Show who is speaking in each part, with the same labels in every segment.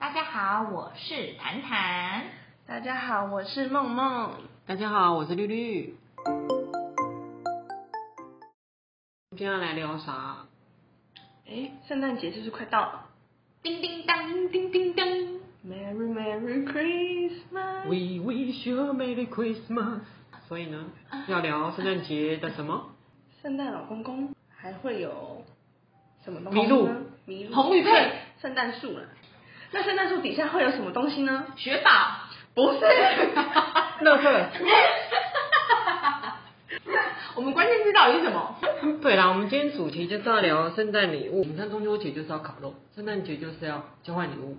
Speaker 1: 好，我是谈谈。
Speaker 2: 大家好，我是梦梦。
Speaker 3: 大家好，我是绿绿。今天要来聊啥？
Speaker 2: 哎，圣诞节是不是快到了
Speaker 1: 叮叮当，叮叮当。
Speaker 2: ？Merry Merry Christmas。
Speaker 3: We wish you a Merry Christmas。所以呢，要聊圣诞节的什 么？
Speaker 2: 圣诞老公公还会有什么东西
Speaker 3: 麋鹿
Speaker 2: 呢麋鹿、
Speaker 1: 红绿配
Speaker 2: 对、圣诞树了。那圣诞树底下会有什么东西呢？
Speaker 1: 雪宝。
Speaker 2: 不 是，
Speaker 3: 乐呵。
Speaker 1: 我们关键字到底是什么？
Speaker 3: 对啦，我们今天主题就是要聊圣诞礼物。你看中秋节就是要烤肉，圣诞节就是要交换礼物。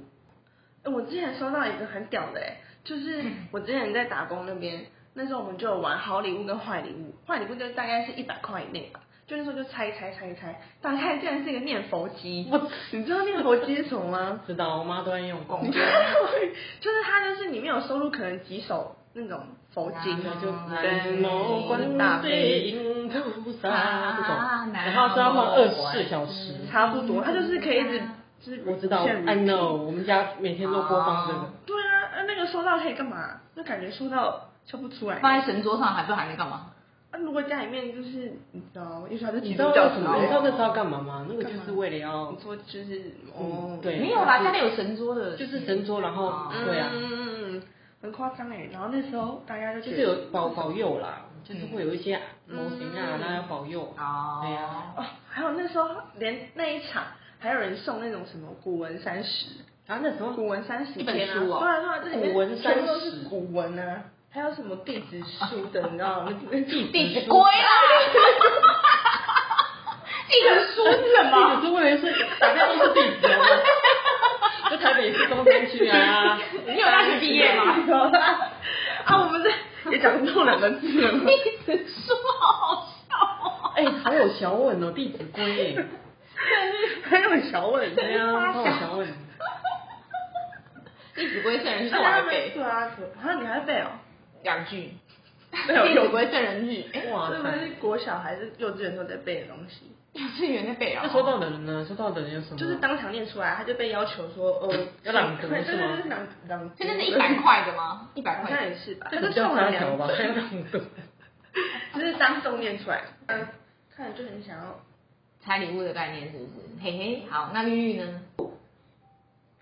Speaker 2: 欸我之前收到一个很屌的、欸，就是我之前在打工那边，那时候我们就有玩好礼物跟坏礼物，坏礼物就大概是一百块以内吧，就那时候就拆拆拆拆，打开竟然是一个念佛机，
Speaker 3: 我
Speaker 2: 你知道念佛机是什么吗？
Speaker 3: 知道，我妈都在用功。
Speaker 2: 就是它就是里面有收录可能几首那种佛经，
Speaker 1: 然后
Speaker 3: 就
Speaker 2: 南
Speaker 3: 南
Speaker 2: 无
Speaker 3: 无
Speaker 2: 观
Speaker 3: 观
Speaker 2: 世
Speaker 3: 世
Speaker 2: 音
Speaker 3: 音菩萨这种，然后是要放二十四小时。
Speaker 2: 差不多，它就是可以一直就是
Speaker 3: 我知道
Speaker 2: 无限
Speaker 3: ，I
Speaker 2: 轮
Speaker 3: know，我们家每天都播放这
Speaker 1: 哦
Speaker 3: 个。
Speaker 2: 对啊，啊那个收到可以干嘛？就感觉收到笑不出来。
Speaker 1: 放在神桌上，还不知道还能干嘛？
Speaker 2: 啊，如果家里面就是你知道，又说是
Speaker 3: 你
Speaker 2: 基
Speaker 3: 知道
Speaker 2: 督
Speaker 3: 为
Speaker 2: 教
Speaker 3: 什
Speaker 2: 徒
Speaker 3: 么？你知道
Speaker 2: 的，
Speaker 3: 那是要干嘛吗？那个
Speaker 2: 干
Speaker 3: 就
Speaker 2: 嘛
Speaker 3: 是为了要
Speaker 2: 你，说就是哦
Speaker 3: 嗯，对
Speaker 1: 没有啦，家里有神桌的，
Speaker 3: 就是神桌，然后
Speaker 1: 嗯
Speaker 3: 对啊，
Speaker 2: 嗯嗯嗯，很夸张哎。然后那时候大家就
Speaker 3: 就
Speaker 2: 觉
Speaker 3: 是
Speaker 2: 得
Speaker 3: 有保保佑啦，就是会有一些模型啊
Speaker 2: 嗯，
Speaker 3: 那要保佑。
Speaker 1: 哦，
Speaker 3: 对啊，
Speaker 2: 哦，还有那时候连那一场还有人送那种什么古文三十，
Speaker 3: 然后那时候
Speaker 2: 古文三十
Speaker 1: 一本
Speaker 2: 天啊，
Speaker 1: 书哦
Speaker 2: 对啊对啊，这里面
Speaker 3: 古文
Speaker 2: 全部都
Speaker 3: 30
Speaker 2: 是古文啊，还有什么地址书 的，你知道 吗？那地
Speaker 1: 弟子规啦，弟子书是什
Speaker 3: 地
Speaker 1: 么？
Speaker 3: 址，我以为是打开都是地址啊，就台北市东山区啊。
Speaker 1: 你有大学毕业吗？
Speaker 2: 啊，我们这也讲不动两个字了吗。
Speaker 1: 弟子书好笑哦，
Speaker 3: 哎，好有小稳哦，地址龟。
Speaker 2: 还有小伟，
Speaker 3: 对啊，好有小稳。
Speaker 1: 弟子规圣人是
Speaker 2: 那
Speaker 1: 我
Speaker 2: 他
Speaker 1: 还
Speaker 2: 们
Speaker 1: 背
Speaker 2: 对啊，好像你还背哦。
Speaker 1: 两句，
Speaker 2: 没有
Speaker 1: 弟子规圣人句，哎，
Speaker 3: 哇
Speaker 2: 这不
Speaker 3: 塞
Speaker 2: 是！国小还是幼稚园时候在背的东西，
Speaker 1: 幼稚园在背啊
Speaker 3: 那，收到的人呢？收到的人有什么？
Speaker 2: 就是当场念出来，他就被要求说，呃，
Speaker 3: 要朗读
Speaker 2: 对对
Speaker 3: 是吗
Speaker 2: 对，对朗朗读。
Speaker 1: 真的是一百，块的吗？一百
Speaker 2: 好
Speaker 1: 块
Speaker 2: 像
Speaker 1: 的
Speaker 2: 也是吧，
Speaker 3: 这
Speaker 2: 他
Speaker 3: 个
Speaker 2: 就
Speaker 3: 比较
Speaker 2: 送了
Speaker 3: 花
Speaker 2: 两
Speaker 3: 条 吧，还有
Speaker 2: 本，
Speaker 3: 朗读。
Speaker 2: 就是当众念出来，嗯，看了就很想要。
Speaker 1: 拆礼物的概念是不是？嘿嘿，好，那绿绿呢？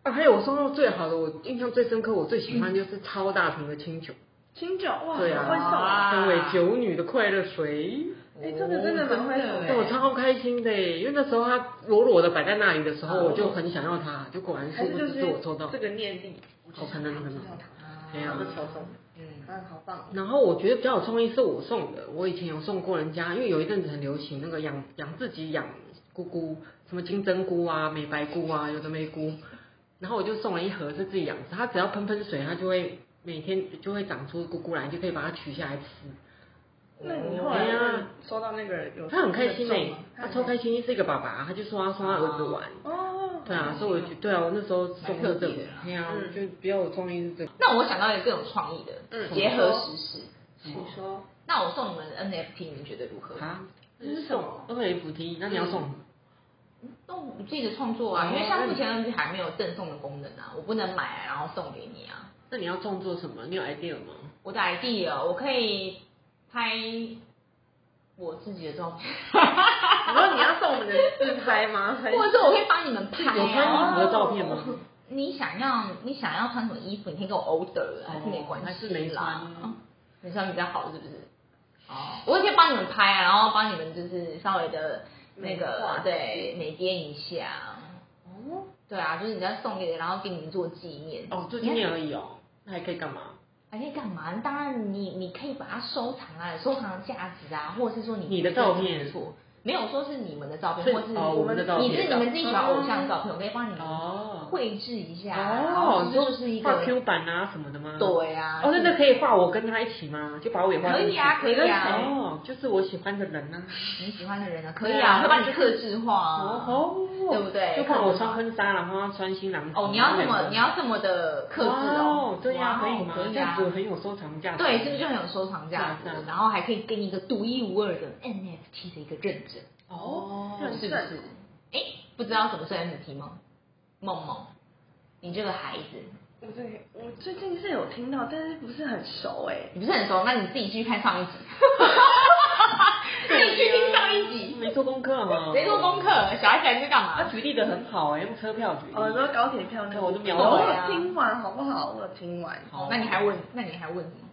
Speaker 3: 啊，还有我收到最好的，我印象最深刻，我最喜欢就是超大瓶的清酒，
Speaker 2: 清酒哇，
Speaker 3: 对
Speaker 2: 嗯
Speaker 3: 啊
Speaker 2: 好会送啊！
Speaker 3: 称为酒女的快乐水。
Speaker 2: 哎，这个真的哎蛮会送
Speaker 1: 哦真
Speaker 3: 对啊
Speaker 1: 的耶
Speaker 3: 我
Speaker 2: 的，
Speaker 3: 超开心的耶，因为那时候它裸裸的摆在那里的时候，
Speaker 1: 哦
Speaker 3: 我就很想要它，就果然是
Speaker 2: 嗯还
Speaker 3: 不
Speaker 2: 是就
Speaker 3: 知是我抽到
Speaker 2: 这。个念力，
Speaker 3: 哦可能可能对啊
Speaker 2: 然后就抽中，
Speaker 1: 嗯，
Speaker 2: 嗯，好棒哦。
Speaker 3: 然后我觉得比较有创意是我送的，我以前有送过人家，因为有一阵子很流行那个养养自己养菇菇，什么金针菇啊、美白菇啊，有的没菇。然后我就送了一盒是自己养的，它只要喷喷水，它就会每天就会长出菇菇来，你就可以把它取下来吃。
Speaker 2: 那你后
Speaker 3: 哎
Speaker 2: 来
Speaker 3: 呀
Speaker 2: 收到那个人有
Speaker 3: 他很开心
Speaker 2: 哎
Speaker 3: 诶、，他超开心，是一个爸爸，他就说他送他儿子玩。
Speaker 2: 哦，
Speaker 3: 对啊，所以我就对啊，我那时候
Speaker 1: 蛮
Speaker 3: 送的这
Speaker 1: 特
Speaker 3: 个
Speaker 1: 别的啊，
Speaker 3: 对啊，
Speaker 2: 嗯
Speaker 3: 就比较有创意是这个。
Speaker 1: 那我想到一个更有创意的，
Speaker 2: 嗯
Speaker 1: 结合时事。
Speaker 2: 请说，
Speaker 1: 那我送你们 NFT，你们觉得如何？
Speaker 3: 啊，
Speaker 2: 这是什么？
Speaker 3: 二 F T，那你要送什么？
Speaker 1: 那我自己的创作啊，
Speaker 3: 哦
Speaker 1: 因为像目前 NFT 还没有赠送的功能啊，我不能买然后送给你啊。
Speaker 3: 那你要创作什么？你有 idea 吗？
Speaker 1: 我的 idea 我可以拍我自己的照片，
Speaker 2: 然后你要送我们的自拍 吗？还是
Speaker 1: 或者是我可以帮你们拍
Speaker 3: 有穿衣
Speaker 1: 啊。
Speaker 3: 服的照片吗？
Speaker 1: 你想要你想要穿什么衣服，你可以给我 order，还是没关系啦。
Speaker 3: 还是没穿
Speaker 1: 嗯没穿比较好，是不是？哦，我可以帮你们拍啊，然后帮你们就是稍微的那
Speaker 2: 美化
Speaker 1: 个对美编一下。
Speaker 2: 哦，
Speaker 1: 对啊，就是人家送给你，然后给你们做纪念。
Speaker 3: 哦，就今年而已哦，那还可以干嘛？
Speaker 1: 还可以干嘛？当然你，你可以把它收藏啊，有收藏的价值啊，或者是说你
Speaker 3: 你的照片
Speaker 1: 不错，没有说是你们的照片，
Speaker 3: 是
Speaker 1: 或是
Speaker 3: 哦我们的照片啊
Speaker 1: 你是你们自己喜欢偶像的照片，我可以帮你们
Speaker 3: 哦，
Speaker 1: 绘制一下，然后
Speaker 3: 哦，
Speaker 1: 你
Speaker 3: 就
Speaker 1: 啊就是一
Speaker 3: 画
Speaker 1: 个
Speaker 3: Q 版啊什么的吗？。
Speaker 1: 对啊，
Speaker 3: 哦，那那可以画我跟他一起吗？就把我也画
Speaker 1: 可以啊
Speaker 3: 进去
Speaker 1: 可以啊
Speaker 3: 哦，就是我喜欢的人啊呢。
Speaker 1: 你喜欢的人啊，可以
Speaker 3: 对
Speaker 1: 啊，
Speaker 3: 啊
Speaker 1: 我会帮你克制化啊，
Speaker 3: 哦，
Speaker 1: 对不对？
Speaker 3: 就看我穿婚纱，然后穿新郎。
Speaker 1: 哦，你要这么你要这么的克制哦，
Speaker 3: 对呀、
Speaker 1: 哇
Speaker 3: 可以吗？
Speaker 1: 可
Speaker 3: 这
Speaker 1: 以
Speaker 3: 样
Speaker 1: 啊
Speaker 3: 子，很有收藏价值。
Speaker 1: 对，是不是就很有收藏价值
Speaker 3: 是啊是啊？
Speaker 1: 然后还可以给你一个独一无二的 NFT 的一个认证，
Speaker 3: 哦
Speaker 2: 认
Speaker 1: 是
Speaker 2: 证
Speaker 1: 不是？哎，不知道什么是 NFT 吗？梦梦，你这个孩子，
Speaker 2: 我最近我最近是有听到，但是不是很熟哎、
Speaker 1: 你不是很熟，那你自己去看 上一集，自己去听上一集，
Speaker 3: 没做功课啊吗？
Speaker 1: 谁做功课？小孩子来这干嘛？
Speaker 3: 他举例的很好哎、用车票举例。
Speaker 2: 哦，你说高铁票那个，
Speaker 3: 我就秒
Speaker 2: 我
Speaker 3: 回
Speaker 1: 啊
Speaker 2: 有听完好不好？我有听完。
Speaker 3: 好啊
Speaker 1: 哦那你还问？那你还问什么？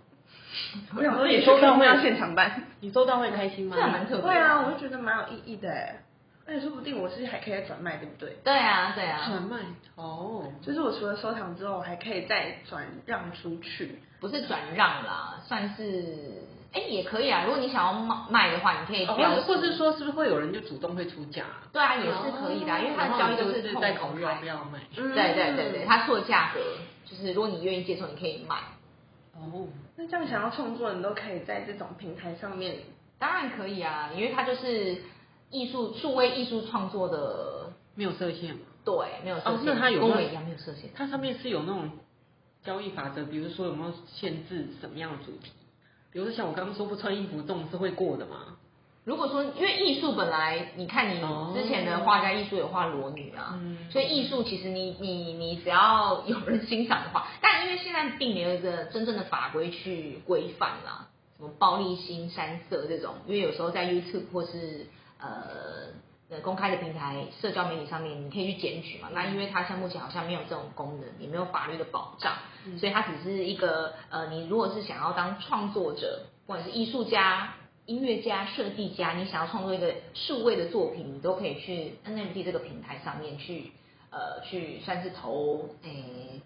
Speaker 2: 我想说
Speaker 3: 也
Speaker 2: 也
Speaker 3: 收
Speaker 2: 收
Speaker 3: 到
Speaker 2: 到
Speaker 3: 会
Speaker 2: 会要现场办。
Speaker 3: 你收到会开心吗？
Speaker 1: 这还蛮特别的。
Speaker 2: 会啊，我就觉得蛮有意义的哎，而且说不定我是还可以再转卖，对不对？
Speaker 1: 对啊，对啊，
Speaker 3: 转卖哦，
Speaker 2: 就是我除了收藏之后，我还可以再转让出去。
Speaker 1: 不是转让啦，算是哎也可以啊。如果你想要卖卖的话，你可以
Speaker 3: 哦
Speaker 1: 标
Speaker 3: 或
Speaker 1: 示，
Speaker 3: 者或是说是不是会有人就主动会出价、啊？
Speaker 1: 对啊也是可以的啊，因为它的交易
Speaker 3: 就
Speaker 1: 都
Speaker 3: 是
Speaker 1: 透
Speaker 3: 在
Speaker 1: 明
Speaker 3: 考
Speaker 1: 公
Speaker 3: 虑
Speaker 1: 开
Speaker 3: 要不要卖。
Speaker 2: 嗯
Speaker 1: 对对对对，。他出的价格就是如果你愿意接受，你可以买。
Speaker 3: 哦，
Speaker 2: 那这样想要创作，你都可以在这种平台上面。
Speaker 1: 当然可以啊，因为它就是艺术数位艺术创作的，
Speaker 3: 没有设限吗？
Speaker 1: 对，没有设限，
Speaker 3: 哦那它有
Speaker 1: 跟
Speaker 3: 吗
Speaker 1: 我一样没有设限。
Speaker 3: 它上面是有那种交易法则，比如说有没有限制什么样的主题？比如说像我刚刚说不穿衣服动是会过的吗？
Speaker 1: 如果说，因为艺术本来，你看你
Speaker 3: 哦
Speaker 1: 之前的画家艺术有画裸女啊，
Speaker 3: 嗯
Speaker 1: 所以艺术其实你你你只要有人欣赏的话，但因为现在并没有一个真正的法规去规范啦，什么暴力性、山色这种，因为有时候在 YouTube 或是呃呃公开的平台、社交媒体上面，你可以去检举嘛。那因为它像目前好像没有这种功能，也没有法律的保障，所以它只是一个呃，你如果是想要当创作者，不管是艺术家。音乐家、设计家，你想要创作一个数位的作品，你都可以去 NFT 这个平台上面去呃去算是投诶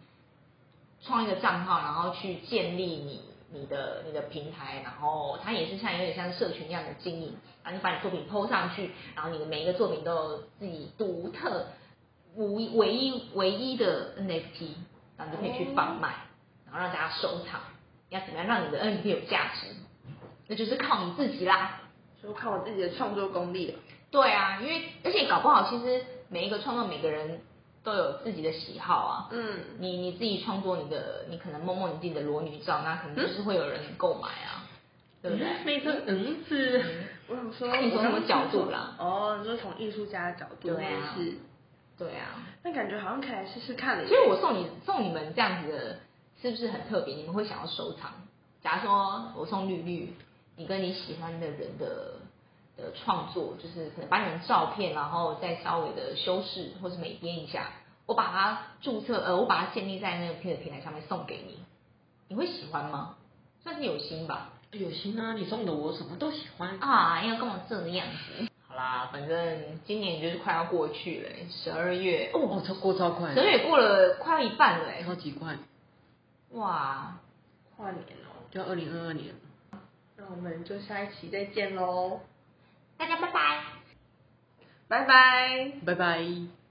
Speaker 1: 创一个账号，然后去建立你你的你的平台，然后它也是像有点像社群一样的经营，然后你把你作品 PO 上去，然后你的每一个作品都有自己独特无一唯一唯一的 NFT，然后你就可以去贩卖，然后让大家收藏。你要怎么样让你的 NFT 有价值？那就是靠你自己啦。
Speaker 2: 就看我自己的创作功力了。
Speaker 1: 对啊，因为而且搞不好，其实每一个创作每个人都有自己的喜好啊。
Speaker 2: 嗯，
Speaker 1: 你你自己创作你的，你可能摸摸你自己的裸女照，那可能就是会有人购买啊，对不对？
Speaker 3: 那个嗯是
Speaker 2: 我想说，
Speaker 1: 看你从什么角度啦
Speaker 2: 哦，你说从艺术家的角度，
Speaker 1: 对啊
Speaker 2: 是，
Speaker 1: 对啊，
Speaker 2: 那感觉好像可以来试试看了耶。
Speaker 1: 所以我送你送你们这样子的，是不是很特别？你们会想要收藏？假如说我送绿绿，你跟你喜欢的人的的创作，就是可能把你们照片，然后再稍微的修饰或是美编一下，我把它注册，呃，我把它建立在那个 P 的平台上面送给你，你会喜欢吗？算是有心吧。
Speaker 3: 有心啊，你送的我什么都喜欢。
Speaker 1: 啊，要干嘛这样子？好啦，反正今年就是快要过去了，十二月
Speaker 3: 哦，超过超快
Speaker 1: 十，二月过了快要一半了哎，
Speaker 3: 超级快，
Speaker 1: 哇！
Speaker 2: 跨年哦，
Speaker 3: 就二零二二年。
Speaker 2: 那我们就下一期再见喽，
Speaker 1: 大家拜拜。
Speaker 2: 拜拜。
Speaker 3: 拜拜。